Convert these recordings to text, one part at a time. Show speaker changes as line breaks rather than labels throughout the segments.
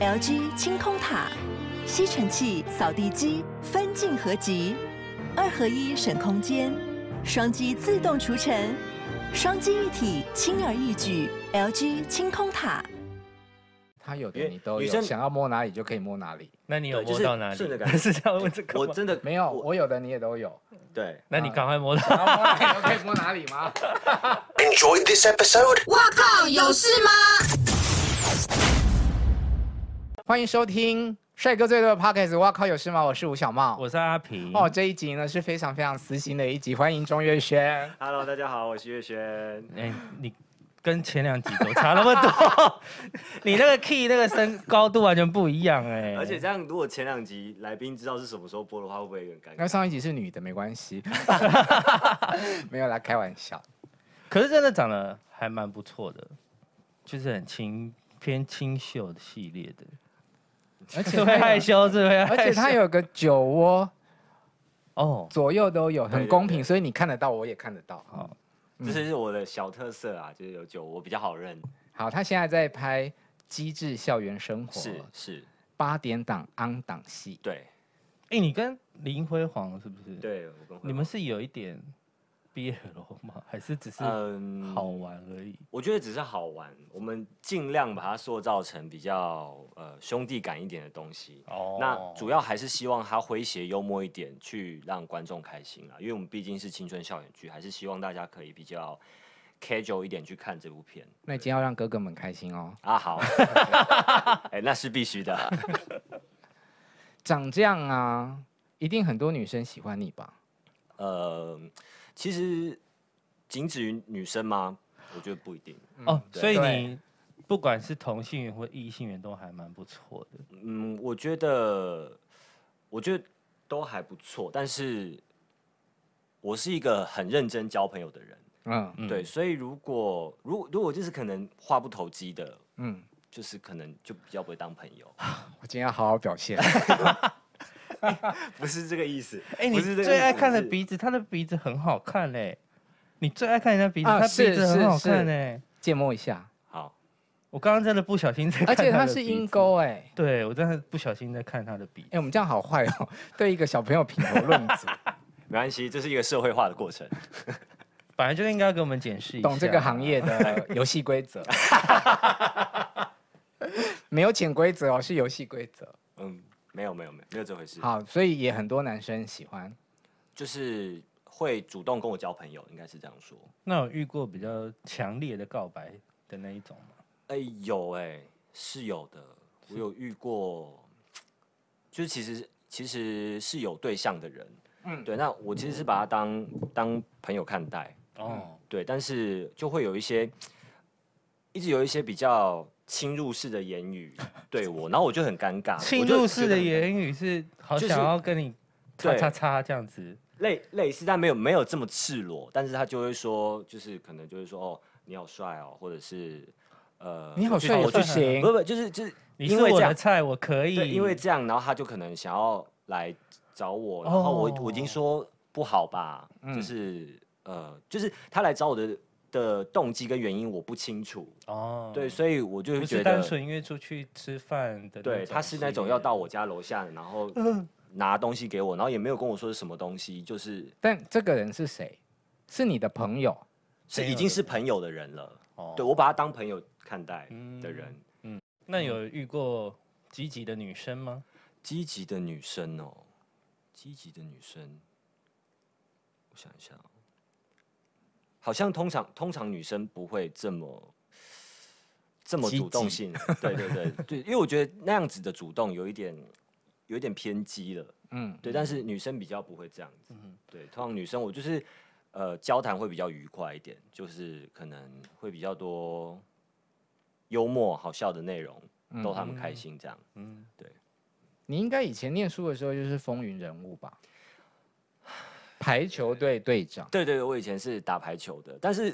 LG 清空塔、吸尘器、扫地机分镜合集，二合一省空间，双击自动除尘，双击一体轻而易举。LG 清空塔。
它有的
因为
你都
女
有，
生
想要摸哪里就可以摸哪里。
那你有
对就
摸
是
到哪里？
顺着感觉
是要问这个
我啊
吗？
真的
没有，
我
我有的你也 都有，
对，
那你赶快摸到。
想要摸哪里就可以摸哪里吗？
Enjoyed this episode?
欢迎收听帅哥最多的 Podcast。哇靠，有事吗？我是吴小茂。
我是阿平。
哦，这一集呢是非常非常私心的一集，欢迎钟岳轩。
Hello，大家好，我是岳轩。
哎、你跟前两集都差那么 多，你那个 key 那个升高度完全不一样哎、
而且这样，如果前两集来宾知道是什么时候播的话，会不会有点尴
那
尬？
上一集是女的，没关系，没有啦，开玩笑。
可是真的长得还蛮不错的，就是很清偏清秀的系列的，
而且
是会害
她有，
羞，是会害
而
羞。
且它有个酒窝，
哦，
左右都有，很
对
公平，
对
所以你看得到，我也看得到。
好，嗯
这是我的小特色啊，就是有酒我比较好认。
好，他现在在拍《机智校园生活》
是是，
八点档昂档戏。
对
哎、你跟林辉煌是不是？，
对，我跟
你们是有一点 BL 吗？还是只是
嗯
好玩而已？
我觉得只是好玩，我们尽量把它塑造成比较呃兄弟感一点的东西。
哦
那主要还是希望它诙谐幽默一点，去让观众开心啊啦。因为我们毕竟是青春校园剧，还是希望大家可以比较 casual 一点去看这部片
那今天要让哥哥们开心哦。
啊。 好，哎、那是必须的。
长这样啊，一定很多女生喜欢你吧？
呃，其实仅止于女生吗？我觉得不一定。
哦，
对
所以
对
你不管是同性缘或异性缘都还蛮不错的。
嗯，我觉得，我觉得都还不错，但是我是一个很认真交朋友的人，
嗯
嗯
对，所以如果如果如果就是可能话不投机的，
嗯，
就是可能就比较不会当朋友，
我今天要好好表现。
不是这个意思。
哎、
不
你
是这个
最
意
爱
思
看的
是
鼻子，他的鼻子很好看嘞、你最爱看人家鼻子，
啊
他
是
鼻子
是
很好
是
看嘞、欸
借摸一下，
好，
我刚刚真的不小心在
而
看
且
他
他
的
是
鼻
鹰
子。
钩哎、
对，我真的不小心在看他的鼻
哎、我们这样好坏哦， 对一个小朋友品头论 足，
没关系，这是一个社会化的过程。
本来就应该要给我们解释一下。
懂这个行业的游戏规 则，没有潜规则哦，是游戏规则。
嗯，没有没有没有没有这回事，
好，所以也很多男生喜欢。
就是会主动跟我交朋友，应该是这样说。
那有遇过比较强烈的告白的那一种吗？
哎、有哎、是有的，我有遇过，就是其实其实是有对象的人，
嗯
嗯，对，那我其实是把他当当朋友看待，
哦，
对，但是就会有一些，一直有一些比较侵入式的言语对我，然后我就很尴尬，
侵
我就
入
觉
式
得
的
很尴
言语是好
就是
想要跟你叉
对
叉叉这样子。
类类似，但没有没有这么赤裸，但是他就会说，就是可能就会说哦，你好帅哦，或者是呃，
你好
我去
帅
我
也
去
不行
不，不，就是就是
你
因
是
为
我
这
的
样。
菜，我可以。
对，因为这样，然后他就可能想要来找我，然后我、我已经
哦
说不好吧，
嗯
就是呃，就是他来找我的的动机跟原因我不清楚，
哦，
对，所以我就会
不
觉
是单
得，
纯因为出去吃饭的那种嗯系
对，
列。
他是那种要到我家楼下，然后拿东西给我，然后也没有跟我说是什么东西，就是
但这个人是谁？是你的朋友，
是
朋
已
友
经
的
是朋友的人了，
哦嗯
对我把他当朋友看待的人，
那有遇过积极的女生吗？
积极的女生哦，积极的女生，我想一下哦，好像通常通常女生不会这么这么
积
主动
极
性，对对对对，因为我觉得那样子的主动有一点有一点偏激了，
嗯，
对，但是女生比较不会这样
嗯
子，对，通常女生我就是呃交谈会比较愉快一点，就是可能会比较多幽默好笑的内容，逗他们开心这样。
嗯，
你应该以前念书的时候就是风云人物吧？排球队队长，
对对对，我以前是打排球的，但是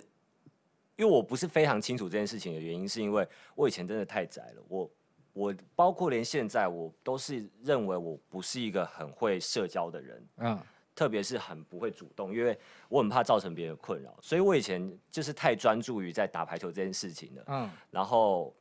因为我不是非常清楚这件事情的原因，是因为我以前真的太宅了，我我包括连现在我都是认为我不是一个很会社交的人，
嗯，
特别是很不会主动，因为我很怕造成别人的困扰，所以我以前就是太专注于在打排球这件事情了，
嗯，
然后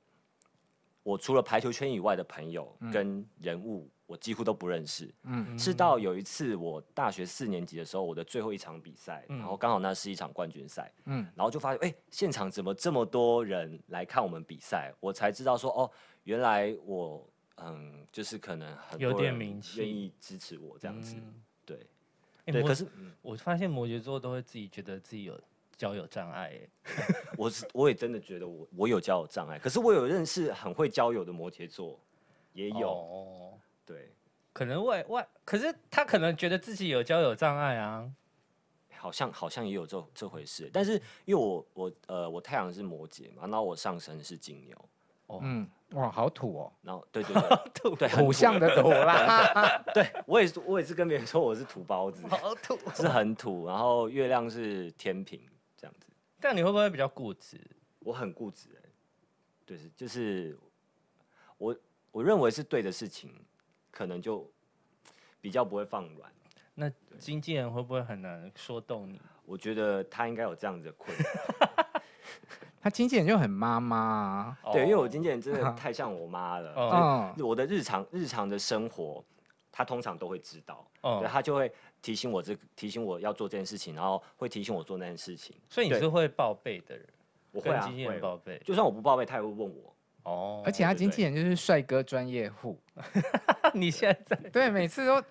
我除了排球圈以外的朋友
嗯
跟人物，我几乎都不认识。
嗯
是到有一次我大学四年级的时候，我的最后一场比赛，
嗯
然后刚好那是一场冠军赛，
嗯
然后就发现，哎、现场怎么这么多人来看我们比赛？我才知道说，哦，原来我，嗯，就是可能很
有
多
点
人
名气
愿意支持我这样子，
嗯
对，
哎
对。
摩
可是嗯
我发现摩羯座都会自己觉得自己有交友障碍，哎，
我是我也真的觉得我我有交友障碍，可是我有认识很会交友的摩羯座，也有、
哦
对，
可能外外，可是他可能觉得自己有交友障碍啊。
好像好像也有这这回事。但是因为我我呃我太阳是摩羯嘛，然后我上身是金牛，
嗯，哇，好土哦，
然后对对对，对 很
土象的土啦。
对我也是我也是跟别人说我是土包子，
哦
土。
是很土，然后月亮是天平这样子，
但你会不会比较固执？
我很固执、欸，对，是就是我我认为是对的事情，可能就比较不会放软。
那经纪人会不会很难说动你？
我觉得他应该有这样子的困扰，
他经纪人就很妈妈啊，
对，因为我
哦
经纪人真 的太像我妈了，
哦
嗯
就是我的日常日常的生活，他通常都会知道，对，
哦，
他就会提醒我这个提醒我要做这件事情，然后会提醒我做那件事情，
所以你
对
是会报备的人，
我会
跟
啊，
经纪人
会
报备
就算我不报备，他也会问我，
哦。
而且他
对
经
对
纪人就是帅哥专业户，
你现在在
对，每次都
哦，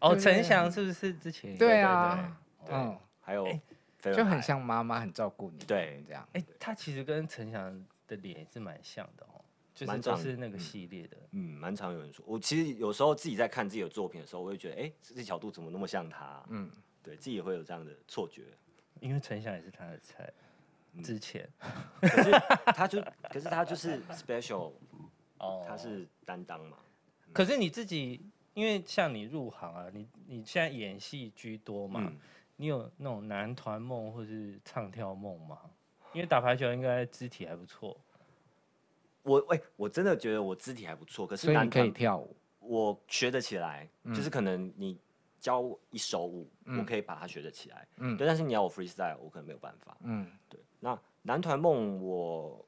对不对
陈翔是不是之前？
对啊，
对
嗯，
还有飞轮
就
海、
很像妈妈，很照顾你，
对
这样。
哎，他其实跟陈翔的脸也是蛮像的哦，就是
蛮
都
像
是那个
嗯
系列的。
嗯，蛮常有人说。我其实有时候自己在看自己的作品的时候，我会觉得，哎、这些角度怎么那么像他？
嗯，
对自己也会有这样的错觉。
因为陈翔也是他的菜。
嗯
之前
可是他就，可是他就是 special，
哦
他是担当嘛。
可是你自己，因为像你入行啊，你你现在演戏居多嘛，
嗯，
你有那种男团梦或是唱跳梦吗？因为打排球应该肢体还不错，
我哎、我真的觉得我肢体还不错，可是
所以
男
你可以
团
跳舞，
我学得起来，就是可能你教我一首舞，我
嗯
可以把它学得起来。
嗯
对，但是你要我 freestyle，我可能没有办法。
嗯，
对，那男团梦我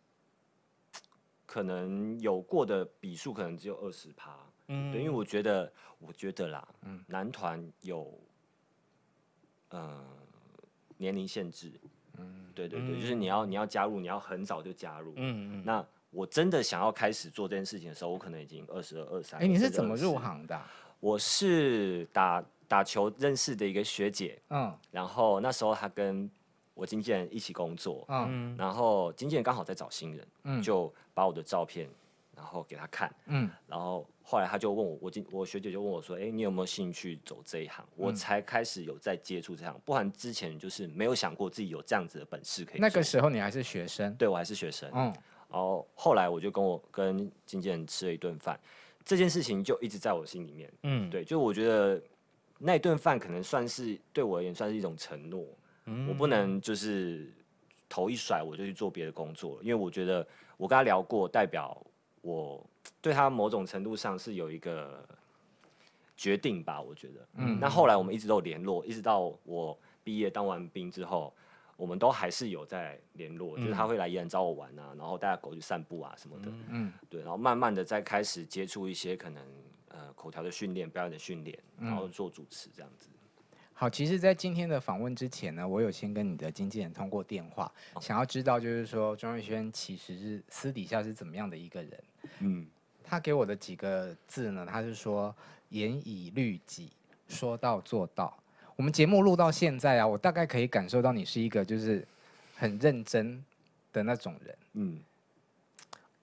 可能有过的比数可能只有二十趴，
嗯
对，因为我觉得，我觉得啦，
嗯
男团有，呃，年龄限制，
嗯
对对对，就是你要你要加入，你要很早就加入。
嗯嗯，
那我真的想要开始做这件事情的时候，我可能已经二十二、二三。
哎，你是
甚至
怎么入
24？
行的啊？
我是打打球认识的一个学姐，
嗯
然后那时候她跟我经纪人一起工作，
嗯
嗯
然后经纪人刚好在找新人，
嗯
就把我的照片然后给他看，
嗯
然后后来他就问我，我今我学姐就问我说，哎，你有没有兴趣走这一行？我
嗯
才开始有在接触这行，不然之前就是没有想过自己有这样子的本事可以做。
那个时候你还是学生，
对我还是学生，
嗯
然后后来我就跟我跟经纪人吃了一顿饭，这件事情就一直在我心里面。
嗯，
对，就我觉得那一顿饭可能算是对我而言算是一种承诺，
嗯
我不能就是头一甩我就去做别的工作了，因为我觉得我跟他聊过，代表我对他某种程度上是有一个决定吧，我觉得。嗯，那后来我们一直都有联络，一直到我毕业当完兵之后。我们都还是有在联络，就是他会来宜兰找我玩啊，然后带他狗去散步啊什么的，
嗯
对，然后慢慢的再开始接触一些可能呃口条的训练、表演的训练，然后做主持这样子。
好，其实，在今天的访问之前呢，我有先跟你的经纪人通过电话，
哦
想要知道就是说庄瑞轩其实是私底下是怎么样的一个人。
嗯，
他给我的几个字呢，他是说严以律己，说到做到。我们节目录到现在啊，我大概可以感受到你是一个就是很认真的那种人。
嗯，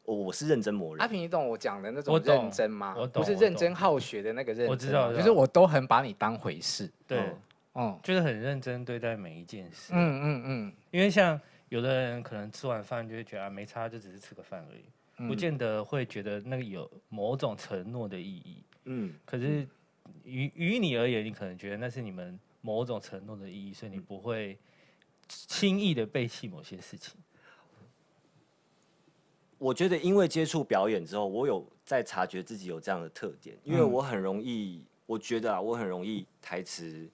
我我是认真磨人。
阿平，你懂我讲的那种
我懂
认真吗？
我懂
不是
我
认
懂
真好学的那个认真啊，
我知道我知道
就是我都很把你当回事。
对
嗯，
嗯
就是很认真对待每一件事，
嗯嗯嗯，
因为像有的人可能吃完饭就会觉得啊没差，就只是吃个饭而已，
嗯
不见得会觉得那个有某种承诺的意义。
嗯，
可是于于你而言，你可能觉得那是你们某种承诺的意义，所
嗯
以你不会轻易的背弃某些事情。
我觉得因为接触表演之后，我有在察觉自己有这样的特点，因为我很容易，我觉得啊，我很容易台词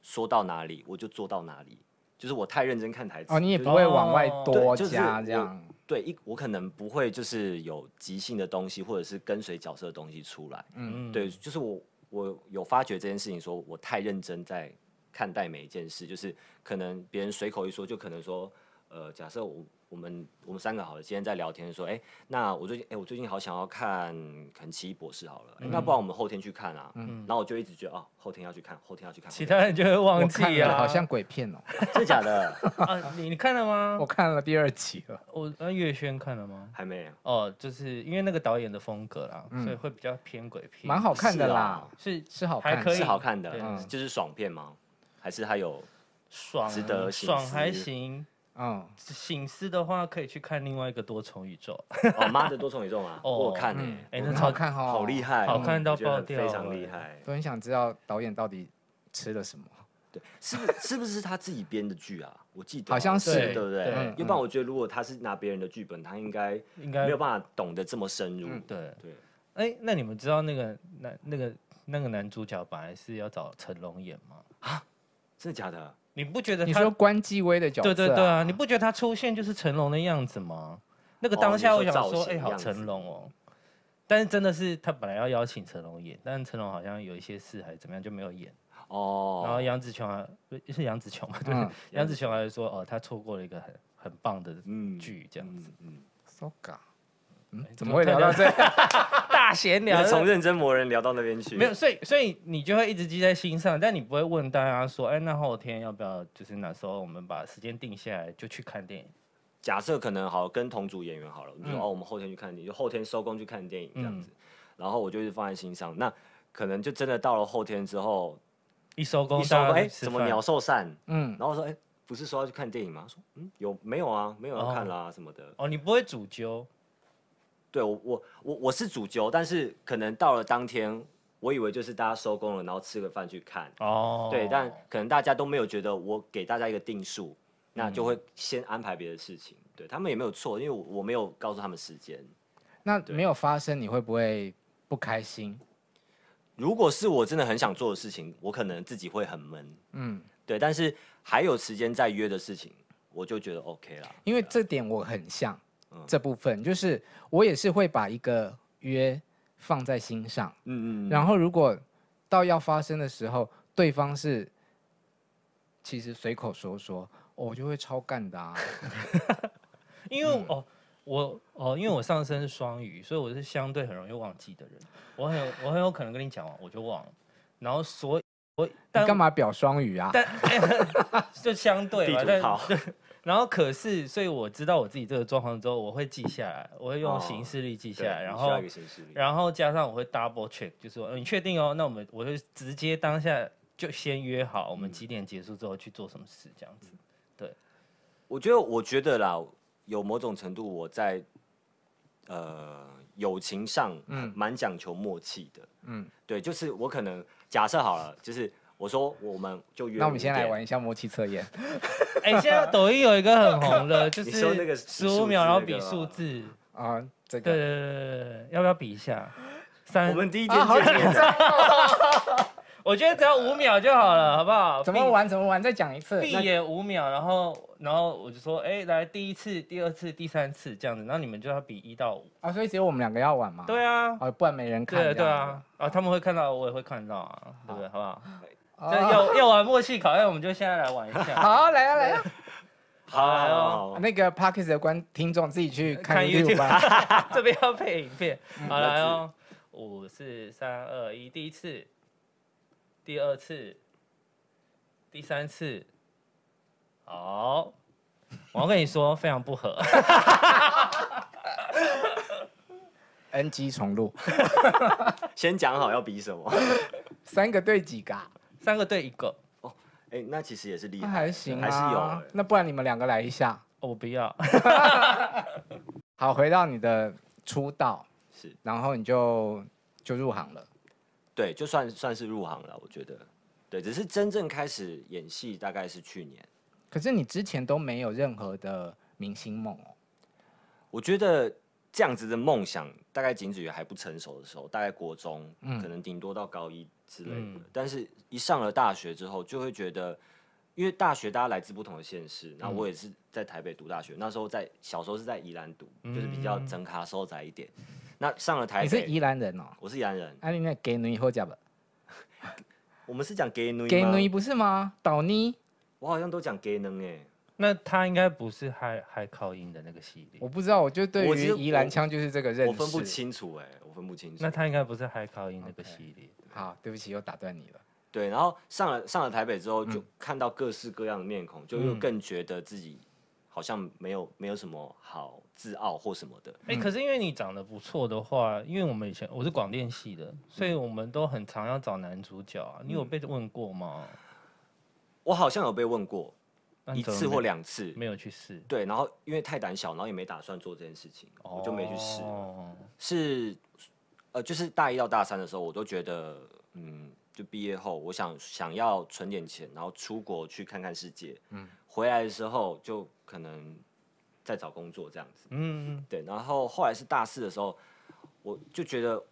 说到哪里我就做到哪里，就是我太认真看台词。
哦，你也
就
不会往外
哦
多
对就是
加
我
这样。
对一我可能不会就是有即兴的东西，或者是跟随角色的东西出来。
嗯，
对，就是我我有发觉这件事情说我太认真在看待每一件事，就是可能别人随口一说，就可能说，呃，假设我我们我们三个好了，今天在聊天说，哎、那我最近哎、我最近好想要看《肯奇异博士》好了、哎那
嗯
不然我们后天去看啊。然后我就一直觉得哦，后天要去看，后天要去看，后
其
天
他人就会
我
忘
看
记
了
啊。
好像鬼片哦，
要去看真的假的？
啊，你你看了吗
我？看了第二集了。
我那月轩看了吗？
还 没啊，
哦，就是因为那个导演的风格啦，
嗯
所以会比较偏鬼片，
蛮好看的
是
啦
啊，
是
是好看
还可以
是好看的
对，
嗯
就是爽片吗？还是还有
爽，
值得醒
爽还
思
行。
嗯，
醒思的话，可以去看另外一个多重 宇宙，
哦妈的多重宇宙 啊？
哦
我有看呢、
嗯哎、
很
那
好
超
看哦，
好厉，害，
好看到
我觉得
爆掉
非常
了
厉害。
都很想知道导演到底吃了什么。
对，是不是不是他自己编的剧啊？我记得
好像是
对不对
对？嗯
要不然我觉得如果他是拿别人的剧本，他应该
应该
没有办法懂得这么深入。
嗯
对。
对，
哎、那你们知道那个男那个那个男主角本来是要找成龙演吗？
真的假的？
你不觉得
你
他
说关继威的角色、
对
啊，
对对啊？你不觉得他出现就是成龙的样子吗？那个
哦
当
你
下
说
我想
造
说，哎、
型
好
样子
成龙哦。但是真的是他本来要邀请成龙演，但是成龙好像有一些事还是怎么样就没有演。然后
哦，
杨紫琼还不是是杨紫琼嘛，啊对，
嗯
杨紫琼还说哦，她错过了一个很很棒的
嗯
剧，这样子。
嗯嗯，
，so ga，嗯
哎，
怎么会聊到这？
大闲
你
聊，
从认真磨人聊到那边去，
没有，所以所以你就会一直记在心上，但你不会问大家说，哎，那后天要不要？就是那时候我们把时间定下来，就去看电影。
假设可能好跟同组演员好了，你说、
嗯
哦，我们后天去看电影，就后天收工去看电影这样
嗯
子，然后我就一直放在心上。那可能就真的到了后天之后，
一收工，
一收工，
大家
哎、
去吃
怎么
饭
鸟兽散？
嗯，
然后说，哎、不是说要去看电影吗？说，嗯，有没有啊？没有要看啦、什么的。
哦，你不会主揪，
对我我我我是主揪，但是可能到了当天，我以为就是大家收工了，然后吃个饭去看。
哦，
对，但可能大家都没有觉得我给大家一个定数，那就会先安排别的事情。对他们也没有错，因为我我没有告诉他们时间。
那没有发生，你会不会不开心？
如果是我真的很想做的事情，我可能自己会很闷。
嗯，
对，但是还有时间再约的事情，我就觉得 OK 啦。
因为这点我很像
嗯
这部分，就是我也是会把一个约放在心上，
嗯嗯，
然后如果到要发生的时候，对方是其实随口说说，哦我就会超干的 啊。
因为、
嗯
哦，我哦，因为我上身是双鱼，所以我是相对很容易忘记的人，我很有我很有可能跟你讲完我就忘了，然后所以我
你
但
干嘛表双语啊？
但、 就相对
地
吧，
图
但
炮。
然后可是，所以我知道我自己这个状况之后，我会记下来，我会用
哦
行事历记下
对
来，
你
然
需要
后
一个形式力
然后加上我会 double check，就说、呃你确定哦？那我们我就直接当下就先约好，我们
嗯
几点结束之后去做什么事这样子。
我觉得，我觉得啦，有某种程度我在呃友情上，
嗯
蛮讲求默契的。
嗯，
对，就是我可能假设好了，就是我说我们就约。
那我们先来玩。一下默契测 验。
哎、现在抖音有一个很红 的，就
你说那个
是
比
十
数
五
字
秒，然后
那
比
个
数
吗
字。
啊、这
对对
个
对对对，要不要比一下？三，
我们第一
啊
天见 面的，
我觉得只要五秒就好了，好不好？
怎么
闭？
玩？怎么玩？再讲一 次。
闭眼五秒，然后然后我就说，哎、来第一次、第二次、第三次这样子，然后你们就要比一到五。
啊，所以只有我们两个要玩嘛？
对啊，
哦，不然没人看。
对
这
对
样
啊，啊，他们会看到，我也会看到啊，对不对？好不好？
子。
这
哦
要要玩默契考验，哎我们就现在来玩一下。
好，来啊来啊！
好好好好
那个 Parkes 的观听众自己去看
呃看
YouTube 啊吧。
这边要配影片，好
那
来
自
哦，五四三二一，第一次，第二次，第三次，好，我要跟你说，非常不合。
NG 重录，
先讲好要比什么。
三个对几个啊？
三个对一个，
哎、那其实也是厉
那
害，
还行啊，
还是有、哎
那不然你们两个来一下。
哦我不要。
好，回到你的出道，
是
然后你就就入行了。
对，就算算是入行了，我觉得。对，只是真正开始演戏大概是去年。
可是你之前都没有任何的明星梦哦。
我觉得这样子的梦想，大概仅止于还不成熟的时候，大概国中，
嗯
可能顶多到高一之类的。
嗯
但是，一上了大学之后，就会觉得因为大学大家来自不同的县市，那
嗯
我也是在台北读大学，那时候在小时候是在宜兰读，就是比较整卡收窄一点。那上了台
嗯你是
北，
宜兰人哦，
我是宜兰人，
啊，你那给女后讲吧，
我们是讲 gay 女
给
吗？
女不是吗？岛妮，
我好像都讲 gay 能哎，
那他应该不是嗨嗨靠音的那个系列
我，不知道，我就对
我其
于
实
宜兰
我
腔就是这个认识。
我分不。清楚哎、我分不清楚。
那他应该不是嗨靠音那个
OK
系列。
嗯
好，对不起，又打断你了。
对，然后上了上了台北之
嗯
后，就看到各式各样的面孔，就又
嗯
更觉得自己好像没有没有什么好自傲或什么的。
哎、可是因为你长得不错的话，因为我们以前我是广电系的，所
嗯
以我们都很常要找男主角啊。你有被问过吗？
我好像有被问过
那你
一
怎么
次
没
或两次，
没有去试，
对，然后因为太胆小，然后也没打算做这件事情，我就没去试了。
哦
是呃，就是大一到大三的时候，我都觉得，嗯，就毕业后，我想想要存点钱，然后出国去看看世界，嗯，回来的时候就可能再找工作这样子，
嗯，
对。然后后来是大四的时候，我就觉得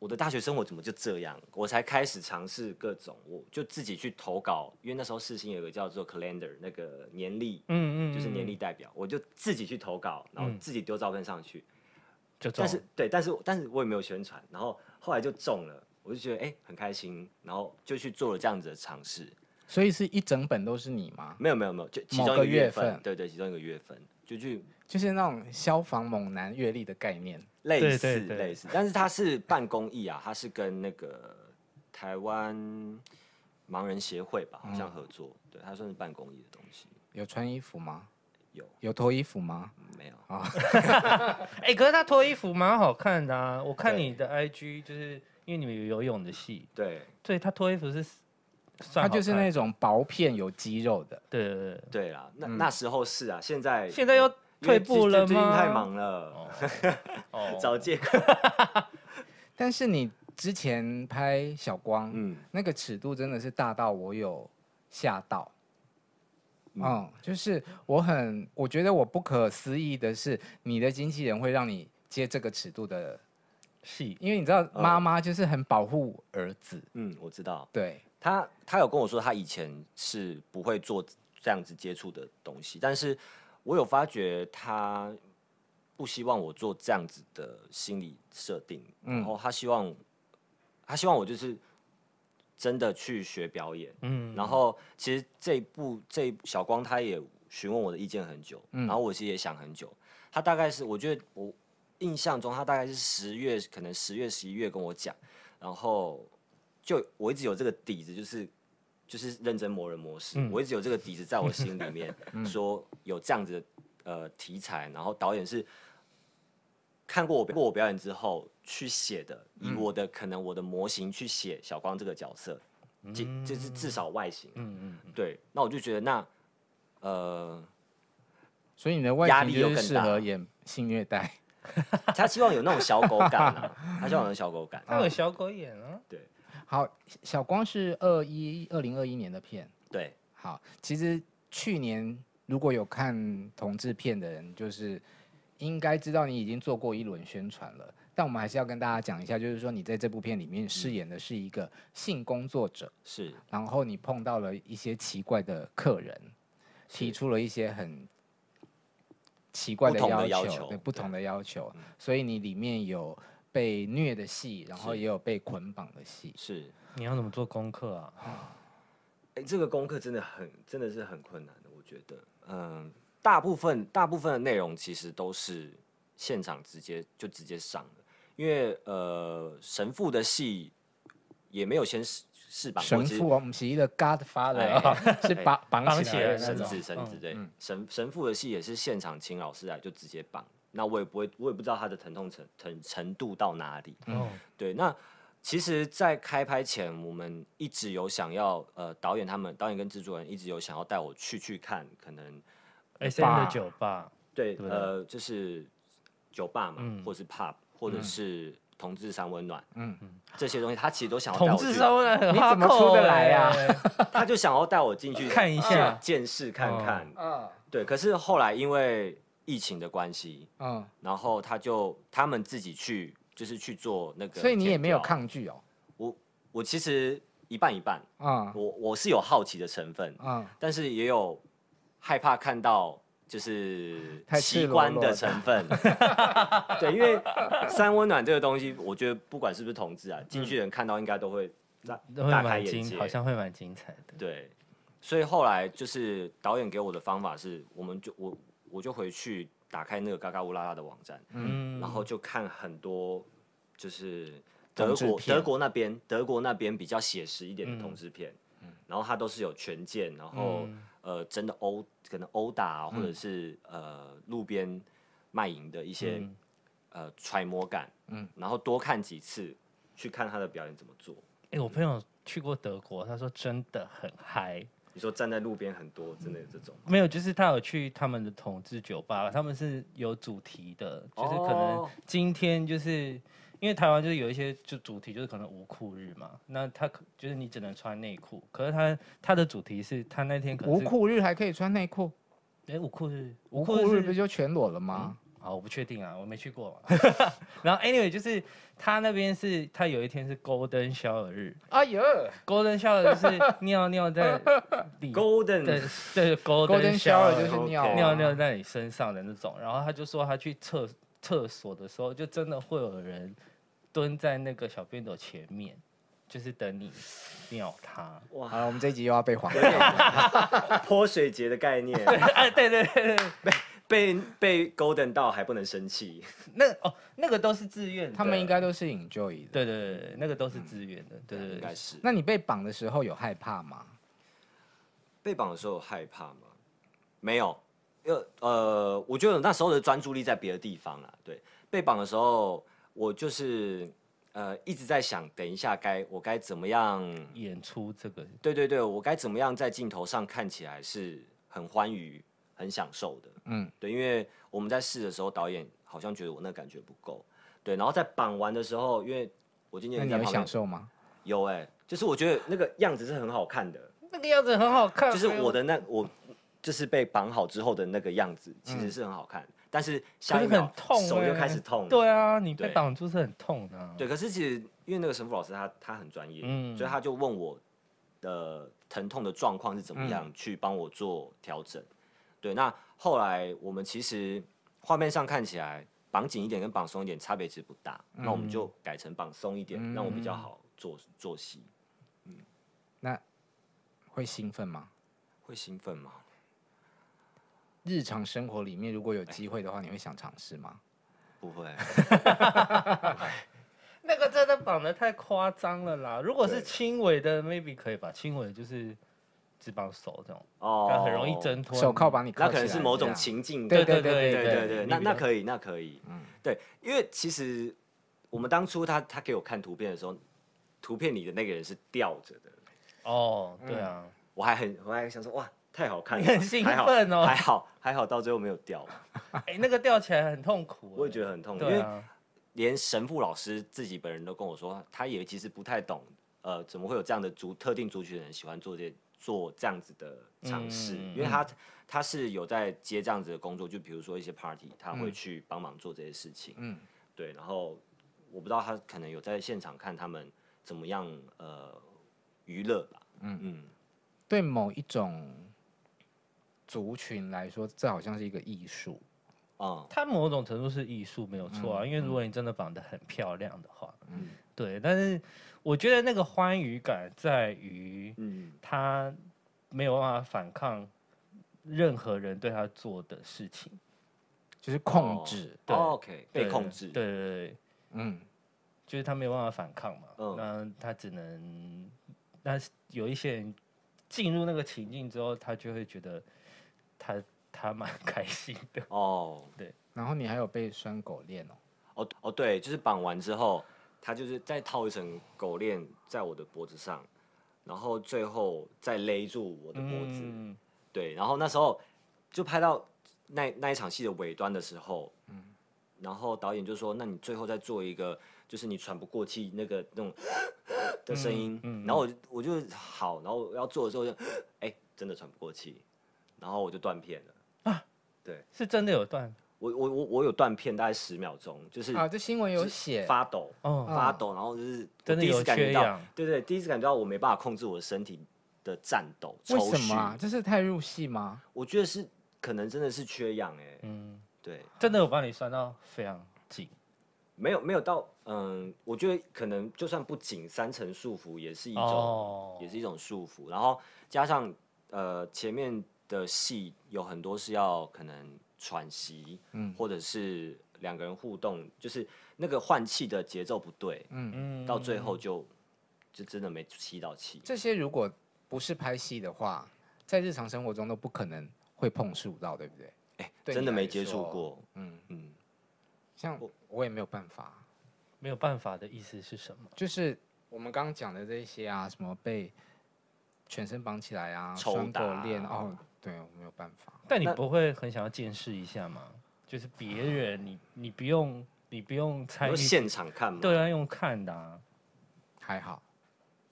我的大学生活怎么就这样，我才开始尝试各种，我就自己去投稿，因为那时候世新有个叫做 calendar 那个年历，
嗯嗯，
就是年
嗯
历代表，我就自己去投稿，然后
嗯
自己丢照片上去。
就中
但是对，但是但是我也没有宣传，然后后来就中了，我就觉得哎、很开心，然后就去做了这样子的尝试。
所以是一整本都是你吗？
没有没有没有，就其
某
中一
个
个月
月
份，
份
对对，其中一个月份就去
就是那种消防猛男阅历的概念。
类似
对对对
类似，但是它是办公益啊，它是跟那个台湾盲人协会吧，好
嗯
像合作，对，它算是办公益的东西。
有穿衣服吗？
有
有脱衣服吗？
没有？
啊哎、可是他脱衣服蛮好看的啊！我看
对
你的 IG，就是因为你们有游泳的戏，
对
对他脱衣服是算
它
好看，
就是那种薄片有肌肉的。
对对对
对啦，那、那时候是啊，现在
嗯现在又
因为
退步了吗？
最近太忙了，
哦，
找借口。
但是你之前拍小光，
嗯，
那个尺度真的是大到我有吓到。嗯，就是我很，我觉得我不可思议的是，你的经纪人会让你接这个尺度的，
戏，
因为你知道妈妈就是很保护儿子，
嗯，我知道。
对，
他他有跟我说，他以前是不会做这样子接触的东西，但是我有发觉他不希望我做这样子的心理设定，然后他希望他希望我就是真的去学表演，
嗯，
然后其实这一部这一部小光他也询问我的意见很久，然后我其实也想很久。他大概是我觉得我印象中他大概是十月，可能十月十一月跟我讲，然后就我一直有这个底子，就是就是认真磨人模式，
嗯
我一直有这个底子在我心里 面，说有这样子的呃题材，然后导演是。看过我过我表演之后去写的，以
嗯
我的、可能我的模型去写小光这个角色，就就是至少外形、啊，
嗯嗯，
对，那我就觉得那呃，
所以你的外
压
形
力又
就是
更
适
大
合演性虐待。
他希望有那种小狗感 啊，他希望有小狗感，
他有小狗眼啊，
对
好，小光是二一二零二一年的片。
对，
好，其实去年如果有看同志片的人，就是应该知道你已经做过一轮宣传了。但我们还是要跟大家讲一下，就是说你在这部片里面
嗯
饰演的是一个性工作者，
是
然后你碰到了一些奇怪的客人，提出了一些很奇怪的
不同的
要
要求
对不
对
同的要求，所以你里面有被虐的戏，然后
是
也有被捆绑的戏。
是，
你要怎么做功课啊？
哎、这个功课真的很真的是很困难的，我觉得，嗯，大部分大部分的内容其实都是现场直接就直接上了，因为呃，神父的戏也没有先试试版过，
神
其实
父啊，我们是一个 Godfather，、
哎
啊，是
哎
绑绑
绑
起
起
来
来
的那
神
绳
种。
子神子
嗯
对，神神父的戏也是现场请老师来就直接绑，那我也不会，我也不知道他的疼痛程程程度到哪里。
哦，
对，那其实，在开拍前，我们一直有想要，呃，导演他们，导演跟制作人一直有想要带我去去看，可能
S N 的酒吧，
对，
对不对
呃，就是酒吧嘛，
嗯
或是 pub，或者是同志三温暖，
嗯
嗯，这些东西，他其实都想要带
同
我
志
去，
收了，
你怎么出得来啊
他就想要带我进去
哎看一下
见见识看
哦
看，
嗯
对。可是后来因为疫情的关系，
嗯，
然后他就他们自己去，就是去做那个。
所以你也没有，抗拒哦。
我其实一半一半。
嗯
我我是有好奇的成分，
嗯，
但是也有害怕看到就是
太赤
奇
裸
观
裸
的
的
成 分。对，因为三温暖这个东西，我觉得不管是不是同
嗯
志啊，进去的人看到应该都会大
都会
大开
蛮
眼
精，
界，
好像会蛮精彩的。
对。所以后来就是导演给我的方法是，我们就我我就回去打开那个嘎嘎乌拉拉的网站，
嗯
然后就看很多就是
同
德
志
国
片
德国那边德国那边比较写实一点的同
嗯
志片，然后它都是有权健，然后、
嗯
呃真的殴可能殴打啊、或者是呃路边卖淫的一些、
嗯
呃揣摩感，
嗯
然后多看几次去看他的表演怎么做。
哎、我朋友去过德国，他说真的很嗨。
你说站在路边很多，真的有这种，
没有，就是他有去他们的统治酒吧，他们是有主题的，就是可能
哦
今天就是、因为台湾就是有一些就主题就是可能无裤日嘛，那他可就是你只能穿内裤，可是他他的主题是他那天可能
无
是，
裤日还可以穿内裤，
哎，无裤日，
无
裤
裤日
是
不就全裸了吗？
好，我不确定啊，我没去过。 然后 anyway 就是他那边是他有一天是 Golden Shower 日
哎呦
，Golden Shower 就是尿 尿在里嗯 对
Golden
对
，Golden
Golden
Shower
Shower
就是尿啊
尿尿在你身上的那种。然后他就说他去厕厕所的时候，就真的会有人蹲在那个小便斗前面，就是等你尿 他。
好了，我们这一集又要被黄
有
了。
点泼水节的概念，
哎，对对对对，
被被 Golden 到还不能生气，
那哦，那个都是自愿的，
他们应该都是 enjoy 的。
对对对对，那个都是自愿的，对对
应该
对。
是。
那你被绑的时候有害怕吗？
被绑的时候有害怕吗？没有，因为呃，我觉得那时候的专注力在别的地方啦。对，被绑的时候，我就是呃一直在想，等一下该我该怎么样？
演出这个
对对对，我该怎么样在镜头上看起来是很欢愉、很享受的？
嗯，
对，因为我们在试的时候，导演好像觉得我那感觉不够。对，然后在绑完的时候，因为我今
那
天
你
在
有
旁边
享受吗？
有哎、就是我觉得那个样子是很好看的。
那个样子很好看，
就是
没有
我的那我就是被绑好之后的那个样子，其
嗯
实是很好看，但是
可
下
是
一
很
秒
痛、欸，
手就开始痛了。
对啊，你被
对
绑住是很痛的、啊。
对，可是其实因为那个神父老师他他很专业，
嗯
所以他就问我的疼痛的状况是怎
嗯
么样，去帮我做调整。对，那后来我们其实画面上看起来绑紧一点跟绑松一点差别其实不大，
嗯
那我们就改成绑松一点，让我比较好做做戏。
那会兴奋吗？
会兴奋吗？
日常生活里面如果有机会的话，你会想尝试吗？
不会。
那个真的绑的太夸张了啦！如果是
对
轻微的，maybe 可以吧。轻微的就是只绑手这种，
哦
它很容易挣脱。
手铐把你铐起
那
来，
可能是某
这
种
样
情境，
对
对
对
对对对，那那
以。
可以，那可以，嗯，对，因为其实我们当初他他给我看图片的时候，图片里的那个人是吊着的，
哦，
嗯
对啊，
我还很我还想说哇，太好看了，
你很兴
还好
奋哦
还好还好到最后没有掉，
啊
哎，那个吊起来很痛苦欸。
我也觉得很痛，因
对
为
啊，
连神父老师自己本人都跟我说，他也其实不太懂，呃，怎么会有这样的族特定族群的人喜欢做这做这样子的尝试？
嗯
因为他他是有在接这样子的工作，就比如说一些 party，他
嗯
会去帮忙做这些事情。
嗯
嗯，对。然后我不知道他可能有在现场看他们怎么样呃娱乐吧。嗯嗯，
对某一种族群来说，这好像是一个艺术。
哦、
它某种程度是艺术，没有错啊。因为如果你真的绑得很漂亮的话，
嗯
对。但是我觉得那个欢愉感在于，
嗯
他没有办法反抗任何人对他做的事情，
就是控制，
对
哦 OK，被
对
控制。
对对对，
嗯，
就是他没有办法反抗嘛，
嗯
那他只能，那有一些人进入那个情境之后，他就会觉得他他蛮开心 的，
哦
然后你还有被拴狗链哦，
哦哦，对，就是绑完之后，他就是再套一层狗链在我的脖子上，然后最后再勒住我的脖子。
嗯
对，然后那时候就拍到那那一场戏的尾端的时候，
嗯
然后导演就说：“那你最后再做一个，就是你喘不过气那个那种
嗯
的声音。然后我就我就好，然后我要做的时候就哎，真的喘不过气，然后我就断片了。
是真的有断，
我我我我有断片，大概十秒钟，就是
啊，这新闻有
是
写，
发抖，
哦，
发抖，然后就是啊我
真的
第一
有
次感觉
缺
到
氧，
对对，第一次感觉到我没办法控制我的身体的颤抖、
为
抽
什么啊
搐？，
这是太入戏吗？
我觉得是可能真的是缺氧哎、
嗯，
对，
真的有帮你算到非常紧，
没有没有到嗯，我觉得可能就算不紧，三层束缚也是一种，
哦
也是一种束缚，然后加上呃前面的戏有很多是要可能喘息，
嗯
或者是两个人互动，就是那个换气的节奏不对，
嗯，
嗯
到最后就就真的没吸到气。
这些如果不是拍戏的话，在日常生活中都不可能会碰触到，对不对？
哎、
对
真
你
的没
来
接触
说
过，
嗯，
嗯，
像
我
我也没有办法，
没有办法的意思是什么？
就是我们刚刚讲的这些啊，什么被全身绑起来啊，
抽
拴狗
打
链哦，对我没有办法。
但你
那
不会很想要见识一下吗？就是别人，你你不用，你不用参
你
与
说，现场看吗？
对啊，用看的啊。
还好，